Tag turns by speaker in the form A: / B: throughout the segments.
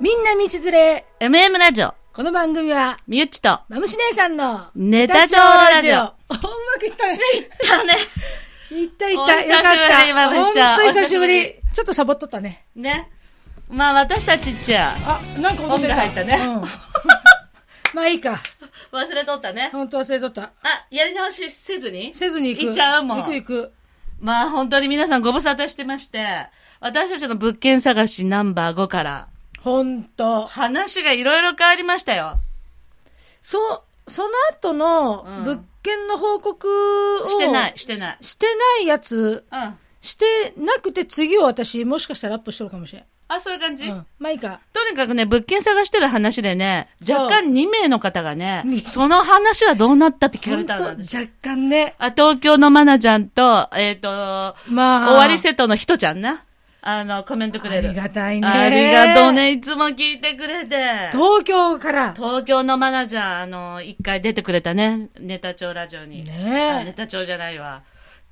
A: みんな道連れ。
B: MM ラジオ、
A: この番組は、
B: みゆっちと、
A: まむし姉さんの、
B: ネタ
A: ネタ
B: 帳ラジオ
A: 帳ラジオ。うまくいったね。
B: だね。
A: いったいっ
B: お
A: た。
B: 久しぶり
A: よかった。
B: まむしちゃん
A: ほんと久しぶ
B: お久
A: り
B: し。
A: ちょっとサボっとったね。
B: ね。まあ私たちっちゃ、
A: あ、なんか踊ってた。
B: 音が入ったね
A: うん まあいいか。
B: 忘れとったね。
A: ほんと忘れとった。
B: あ、やり直しせずに
A: せずに行く。
B: 行っちゃうもん
A: 行く行く。
B: まあ本当に皆さんご無沙汰してまして、私たちの物件探しナンバー5から、
A: ほんと。
B: 話がいろいろ変わりましたよ。
A: そう、その後の
B: うん
A: 物件の報告を、
B: してない、してない。
A: してないやつ、
B: うん。
A: してなくて次を私、もしかしたらアップしてるかもしれん。
B: あ、そういう感じ、
A: うん。まあいいか。
B: とにかくね、物件探してる話でね、
A: そう
B: 若干2名の方がね
A: うん、
B: その話はどうなったって聞か
A: ほ
B: れ
A: んと
B: たの。私
A: 若干ね。
B: あ、東京のマナちゃんと、えっ、と、
A: まあ。
B: 終わりセットのひとちゃんな。あの、コメントくれる。
A: ありがたいね。
B: ありがとう。ね。いつも聞いてくれて。
A: 東京から。
B: 東京のマナちゃん、あの、一回出てくれたね。ネタ帳ラジオに。あネ
A: ねえ。
B: タ帳じゃないわ。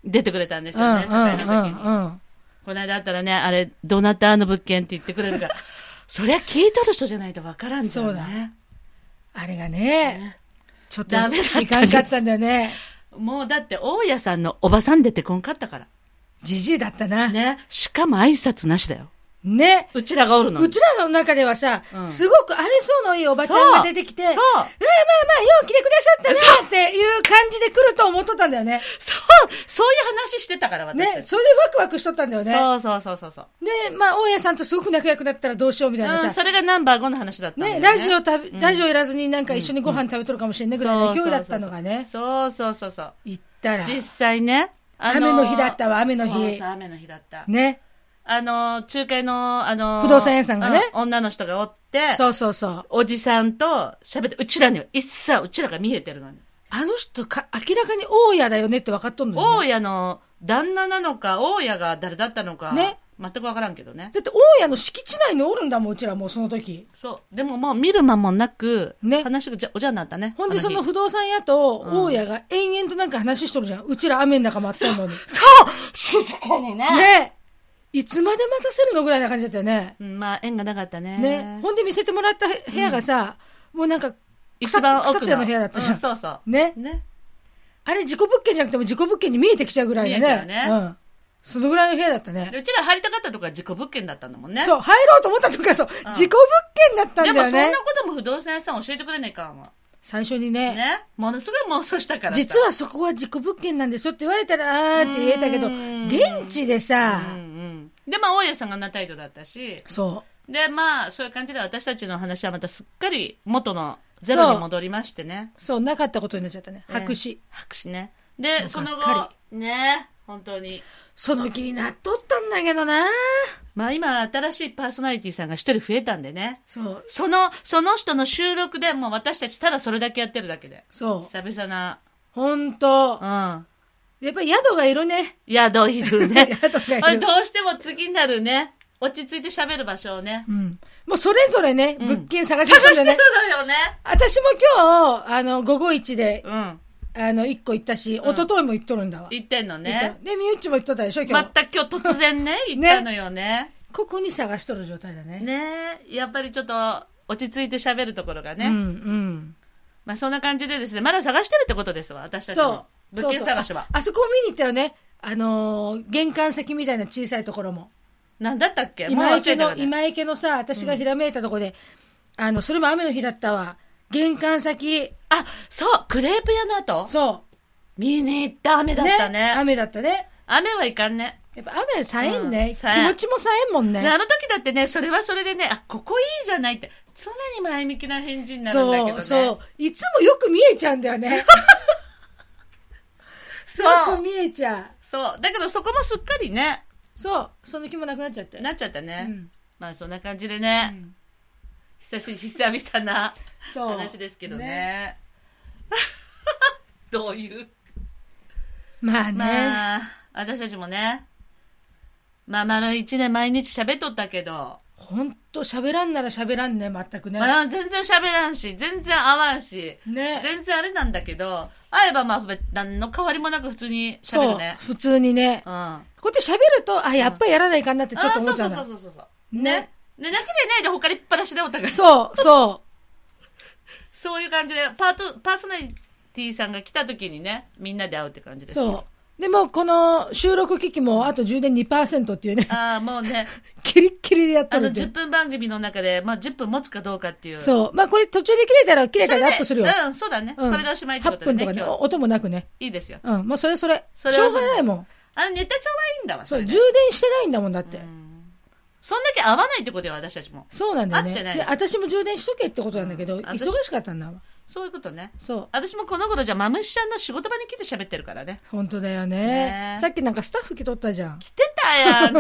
B: 出てくれたんです
A: うんう
B: よ
A: ん
B: ね、撮
A: う
B: 影の時
A: ん
B: に
A: うん。
B: この間あったらね、あれ、どなたあの物件って言ってくれ るから。そりゃ聞いとる人じゃないとわからんじゃん、ね。
A: そうだあれがね、ちょっと、
B: ダメだったです
A: いかんかったんだよね。
B: もうだって、大家さんのおばさん出てこんかったか
A: じじいだったな。
B: ら。
A: ね。
B: ね。しかも挨拶なしだよ。うちらがおるのに。
A: うちらの中ではさ、
B: うん
A: すごく愛想のいいおばちゃんが出てきて、
B: そう
A: まあまあ、よう来てくださったねっていう感じで来ると思っとったんだよね。
B: そうそういう話してたから、
A: ね
B: 私た、ち。
A: それでワクワクしとったんだよね。
B: そうそうそうそうそう。
A: で、まあ、大家さんとすごく仲良くなったらどうしようみたいなさ
B: う、ん、それがナンバー5の話だったんだよ
A: ね、
B: ね。
A: ラジオた
B: うん
A: ラジオいらずになんか一緒にご飯食べとるかもしれないぐらいの勢いだったのがね、
B: そうそうそうそう。
A: 行ったら、
B: 実際ね。あ
A: 雨の日だったわ雨の日
B: そうそう雨の日だった。
A: ね、
B: あの、仲介の、あの、
A: 不動産屋さんがね
B: うん女の人がおって、
A: そうそうそう。
B: おじさんと喋って、うちらには一切うちらが見えてるのに。
A: あの人か、明らかに大家だよねって分かっとんのよ、
B: 大
A: ね。
B: 家の旦那なのか、大家が誰だったのか、
A: ね
B: 全くわからんけどね。
A: だって大家の敷地内におるんだもん、うちらもうその時。
B: そう。でももう見る間もなく、
A: ね
B: 話がじゃおじゃになったね。
A: ほんで
B: あ
A: そ
B: 日
A: の不動産屋と大家が延々となんか話しとるじゃん。うちら雨の中待ってんのに。
B: そう 静かにね
A: ね。いつまで待たせるのぐらいな感じだったよね。
B: うんまあ、縁がなかったね。
A: ね。ほんで見せてもらった部屋がさ、もうなんか腐
B: 一
A: った
B: 番奥の。
A: 腐ったような部屋だったじゃん。
B: うそうそう。
A: ね。
B: ね。
A: あれ、事故物件じゃなくても事故物件に見えてきちゃうぐらいだね。
B: 見えちゃうね
A: ん。そのぐらいの部屋だったね。
B: でうちら入りたかったとこは自己物件だったんだもんね。。
A: そうう、入ろうと思ったとか、そう、
B: うん
A: 事故物件だった
B: で
A: んだ
B: もそ
A: よ
B: んな
A: ね。
B: ことも不動産屋さん教えてくれないかも。
A: 最初にね
B: ね。ものすごい妄想したからさ。
A: 実はそこは事故物件なんですよって言われたら、あーって言えたけど、
B: うん
A: 現地でさ、
B: うんうん。で、まあ、大家さんがあんな態度だったし。
A: そ
B: で、まあ、そういう感じで私たちの話はまたすっかり元のゼロに戻りましてね。
A: う、そう、なかったことになっちゃったね。
B: ええ
A: 白紙。
B: 白紙ね。で、その
A: もうがっ
B: 後
A: か、
B: ね、本当に。
A: その気になっとったんだけどな
B: まあ今、新しいパーソナリティさんが一人増えたんでね。
A: そう、
B: その、その人の収録でもう私たちただそれだけやってるだけで。
A: そう、
B: 久々な。
A: ほんと。
B: うん。
A: やっぱり宿がいるね。
B: いや、どういるね。
A: 宿 がいる。
B: どうしても次になるね。落ち着いて喋る場所を ね。
A: うん。もうそれぞれね、
B: うん
A: 物件探して
B: 探
A: くん
B: して
A: だね。
B: るのよね。
A: 私も今日、あの、午後一で、
B: うん。
A: あの、一個行ったし、
B: ん
A: 一昨日も行っとるんだわ。
B: 言ってんのね。
A: で、みゆっちも行っとったでしょ、今
B: ま
A: 日。
B: た今日突 然ね、言ったのよね。
A: ここに探しとる状態だね。
B: ねやっぱりちょっと落ち着いて喋るところがね。
A: うん、うん。
B: まあそんな感じでですね、まだ探してるってことですわ、私たち
A: そう
B: の。。
A: そ
B: 物
A: うそ
B: 件
A: う
B: 探しは
A: あ。あそこも見に行ったよね。あのー玄関先みたいな小さいところも。
B: なんだったっけもう
A: 今
B: 忘
A: 池
B: れた
A: の、
B: よね。
A: 今池のさ、私がひらめいたとこで、あの、それも雨の日だったわ。玄関先、
B: あ、そう、クレープ屋の後
A: そ
B: 見に行った雨
A: う。
B: だったね。
A: 雨だったね。
B: 雨はいかんね。
A: やっぱ雨さえん
B: うん
A: ね。気
B: さえん
A: 持ちもさえんもんね。
B: であの時だってね、それはそれでね、あ、ここいいじゃないって、常に前向きな返事になるんだけどね。
A: そうそういつもよく見えちゃうんだよねよ
B: そう
A: く見えちゃう
B: そう。だけどそこもすっかりね、
A: そうその気もなくなっちゃって
B: なっちゃったね。
A: うん
B: まあそんな感じでね、久し、久々な
A: そう
B: 話ですけどね。 どういう。
A: まあね、
B: まあ、私たちもね、まあ丸一年毎日喋っとったけど、
A: ほんと喋らんなら喋らんね全くね、
B: まあ全然喋らんし、全然合わんし、
A: ね
B: 全然あれなんだけど、会えばまあ、何の変わりもなく普通に喋
A: そ
B: る
A: う
B: ね。
A: 普通にね
B: う
A: こう
B: ん。
A: やって喋るとあやっぱりやらないかんなってちょっと思っちゃうん
B: あ
A: だ
B: そうそうそうそうそう。
A: ね
B: ね。で、泣きでないで他立派なしでお互い。
A: そう、そ
B: そういう感じで、パート、パーソナリティさんが来た時にね、みんなで会うって感じ
A: う、
B: ですね。
A: そう。でも、この収録機器もあと充電2%っていうね、
B: ああ、もうね、
A: キリッキリでやった
B: あの
A: ので
B: 10。分番組の中で、まあ10分持つかどうかっていう。う。
A: そう。まあ、これ途中で切れたら、切れたらアップするよ。
B: うん、そうだね。
A: うん
B: それでおしまいってこ
A: 8
B: とで
A: 分
B: ね、
A: とかね、
B: 今
A: お音もなくね。
B: 日。いいですよ。
A: うん、もうそれそれ。
B: それ
A: し
B: は
A: ょ
B: そうれ
A: がないもん。
B: あのネタ帳はいいんだわ、
A: そう、
B: れ
A: 充
B: ね
A: 電してないんだもんだって。
B: うんそんだけ合わないってことよ、私たちも。
A: そうなんだよ
B: 合ってな
A: ね。で、
B: い
A: 私も充電しとけってことなんだけど、
B: うん
A: 忙
B: 私
A: しかったんだわ。
B: そういうことね。
A: そう。
B: 私もこの頃じゃ、マムシちゃんの仕事場に来て喋ってるからね。
A: 本当だよね
B: ね
A: さっきなんかスタッフ来とったじゃん。
B: 来てた やん。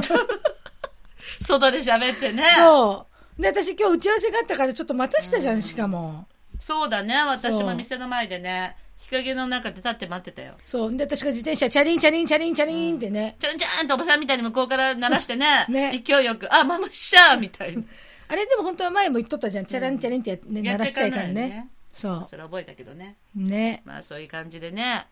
B: 外で喋ってね。
A: そう。で、私今日打ち合わせがあったからちょっと待たしたじゃん、しかも。
B: そうだね。私
A: そ
B: も
A: う
B: 店の前でね、日陰の中で立って待ってたよ。
A: そう。で、私が自転車、チャリンチャリンチャリンチャリンってね。
B: ちゃんちゃんとおばさんみたいに向こうから鳴らしてね、
A: ね
B: 勢いよく、あ、マムシちゃんみたいな。
A: あれでも本当は前も言っとったじゃん。チャランチャリンってや、ね
B: や
A: 鳴
B: っち
A: ら
B: ゃ
A: し
B: い
A: ちゃ
B: か
A: いか
B: ない
A: ん
B: よ
A: ね。
B: ね。
A: そ
B: それ覚えたけどね。
A: う。ね。
B: まあそういう感じでね。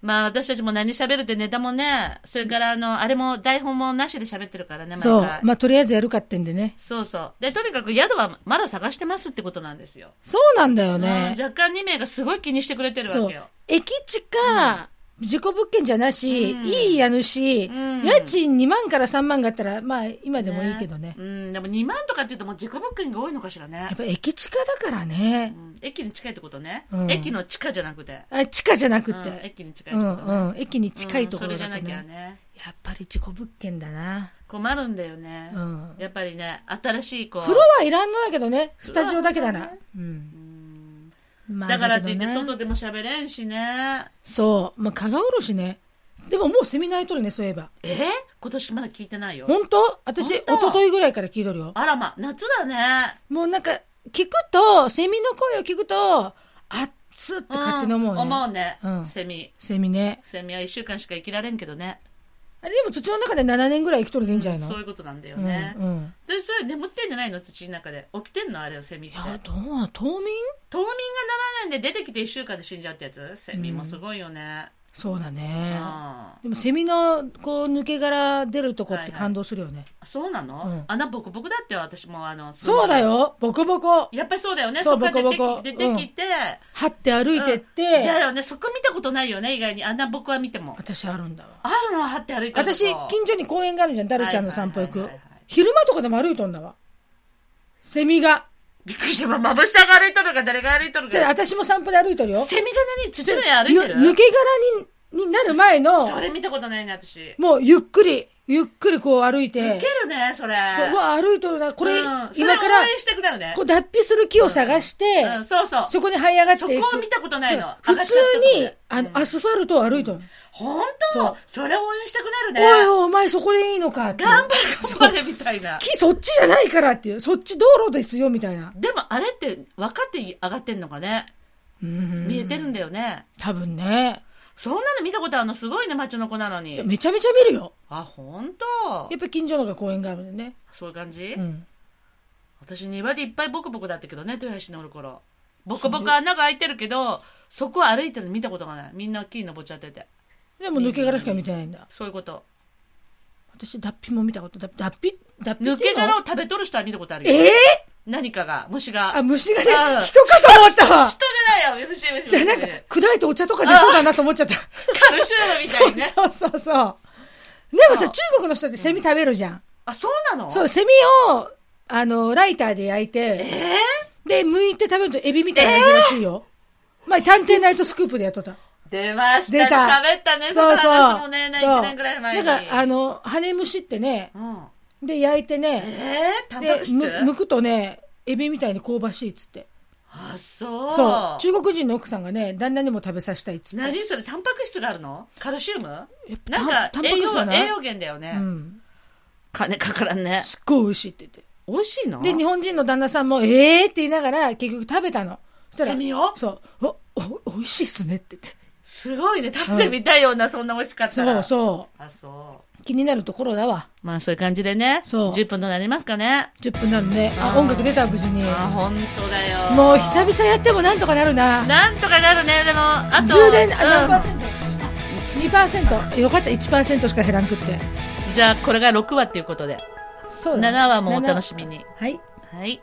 B: まあ私たちも何喋るってネタもね、それからあの、あれも台本もなしで喋ってるからね、毎
A: そう。
B: 回。
A: まあ、とりあえずやるかってんでね。
B: そうそう。で、とにかく宿はまだ探してますってことなんですよ。
A: そうなんだよね。
B: うん若干2名がすごい気にしてくれてる
A: そ
B: わ
A: う
B: けよ。。
A: 駅地か、事故物件じゃなし、
B: うん
A: いい家主、
B: うん
A: 家賃2万から3万があったら、まあ、今でもいいけどね。
B: うん、でも2万とかって言うともう自己物件が多いのかしらね
A: やっ。ぱ駅地下だから
B: う
A: ね。
B: ん駅に近いってことね。
A: うん
B: 駅の地下じゃなくて。
A: あ、地下じゃなくて。
B: うん駅に近いうって
A: ん
B: ことね。
A: うん、駅に近いところ
B: うんそ
A: だ
B: れ
A: と
B: じゃな
A: ね
B: きゃね。
A: やっぱり事故物件だな、
B: 困るんだよね
A: う。ん、
B: やっぱりね、新しいこう。
A: 風呂はいらんのだけどねスタジオだけなら、
B: 風呂はね
A: うん
B: うん
A: まあ
B: だからって言って
A: だけどね
B: 外でも喋れんしね。
A: そうまあ加賀おろしねでももうセミナーとるねそういえば
B: え今年まだ聞いてないよ。
A: 本当私
B: 本当
A: 一昨日ぐらいから聞いとるよ
B: あらま、夏だね。
A: もうなんか聞くとセミの声を聞くとあっつって勝手に思うね、
B: ん思うね
A: うん
B: セミ。
A: セミね
B: セミは一週間しか生きられんけどね。
A: あれでも土の中で7年ぐらい生きとるでいいんじゃないの、
B: そういうことなんだよね。
A: うんうん
B: で、それ眠ってんじゃないの土の中で。起きてんのあれよ、セミっ
A: い
B: て。
A: やどうなの冬眠
B: 冬眠が7年で出てきて一週間で死んじゃうってやつセミもすごいよね。
A: そうだ
B: うん。
A: ね
B: あ
A: でもセミのこう抜け殻出るとこって感動するよね、
B: そうなの、
A: うん
B: 穴ボコボコだってよ、私もあの。すごい
A: そうだ。よボコボコ
B: やっぱりそうだよね。
A: そ
B: そうこから出て
A: ボコボコ
B: き出てきて、
A: 張って歩いてって、
B: だよね。そこ見たことないよね、意外に。あんな僕は見ても。
A: 私あるんだわ
B: あるのは張って歩いてるとこ
A: 私近所に公園があるじゃんダルちゃんの散歩行
B: は
A: く
B: いはいはいはいはい
A: 昼間とかでも歩いとんだわセミが
B: びっくりした。まぶしさんが歩いとるか、誰が歩いとる
A: じゃあ
B: か。
A: 私も散歩で歩いとるよ
B: セミが何土の上歩いてる
A: ぬ抜け殻にになる前の
B: それ見たことないね、私。
A: もうゆっくりゆっくりこう歩いて
B: ウケるね、それ。
A: そううわ歩いとるなこれ、
B: うんそれ
A: 今から
B: 応援したくなるね
A: こ。う脱皮する木を探して、
B: うん、そうそう。
A: そこに這い上がっ
B: そ
A: ていく
B: こを見たことないの。
A: 普
B: 上がっ
A: 通
B: ちゃったとこ
A: に
B: ね
A: あの、
B: うん
A: アスファルトを歩いとる、
B: 本
A: そう
B: 当それ応援したくなる
A: おい
B: ね。
A: おいお前そこでいいのかっていう
B: 頑張れ、頑張れ、みたいな。
A: 木そっちじゃないからっていうそっち道路ですよみたいな、
B: でも、あれって分かって上がってんのかね。見えてるんだよね。
A: 多分ね
B: そんなの見たことあるのすごいね、町の子なのに。
A: めちゃめちゃ見るよ
B: あ、本当
A: やっぱ近所のが公園があるんでね、
B: そういう感じ、
A: うん、
B: 私庭でいっぱいボコボコだったけどね、豊橋におる頃。ボコボコ穴が開いてるけど、そこは歩いてるの見たことがない。みんな木に登っちゃってて。
A: でも抜け殻しか見てないんだ
B: そういうこと。
A: 私脱皮も見たこと脱皮脱皮脱皮
B: 抜
A: ってい
B: け
A: うの
B: 殻を食べとる人は見たことあるよ。
A: ええ
B: 何かが、虫が。
A: あ
B: 人
A: 虫が
B: あ
A: ね
B: あ
A: 人かと思ったわ
B: じゃないよ、虫、虫。
A: じゃあなんか砕いてお茶とか出そうだなと思っちゃった
B: カルシウムみたいにね。
A: そうそうそうでも
B: そ
A: さ中
B: う
A: 国の人ってセミ食べるじゃん、
B: あ、そうなの
A: そうセミをあのライターで焼いて
B: え
A: で、剥いて食べるとエビみたいな味らしいよ。まあ、探偵ナイトスクープでやっとった。
B: ー出ましたね。
A: 出た
B: 喋ったね、その話もね、ね、1年ぐらい前に。
A: なんか、あの、羽虫ってね、
B: うん。
A: で、焼いてね、
B: えー、タンパ
A: で
B: ク、質
A: む剥くとね、エビみたいに香ばしいっつって。
B: あ、そう。
A: そう。中国人の奥さんがね、旦那にも食べさせたいっつって。
B: 何それ、タンパク質があるのカルシウムな
A: やっぱ
B: んか
A: タンタンパ
B: 栄
A: ク質じゃ
B: 養、
A: ない
B: 栄養源だよね。
A: うん。
B: 金かからんね。
A: すっごい美味しいって言って。
B: 美味しいの
A: で、日本人の旦那さんも、えーって言いながら、結局食べたの。そしたら
B: セ、ミを
A: そう、お、お、美味しいっすねって言って。
B: すごいね。食べてみたいような、そんな美味しかった
A: そう
B: ら。う。
A: そ。
B: あ、そう
A: 気になるところだわ。
B: う。まあ、そういう感じでね。
A: そう
B: 10分となりますかね。
A: 10分なのね。あ、
B: うん
A: 音楽出た、無事に。
B: あ、本当だよ。
A: もう久々やってもなんとかなるな。
B: なんとかなるね。でも、あと。
A: 充電、
B: う
A: あ、
B: ん
A: 何パーセント2%よかった1%しか減らんくって
B: じゃあこれが6話っていうことで
A: そうだね
B: 7話もお楽しみに。
A: はい
B: はい。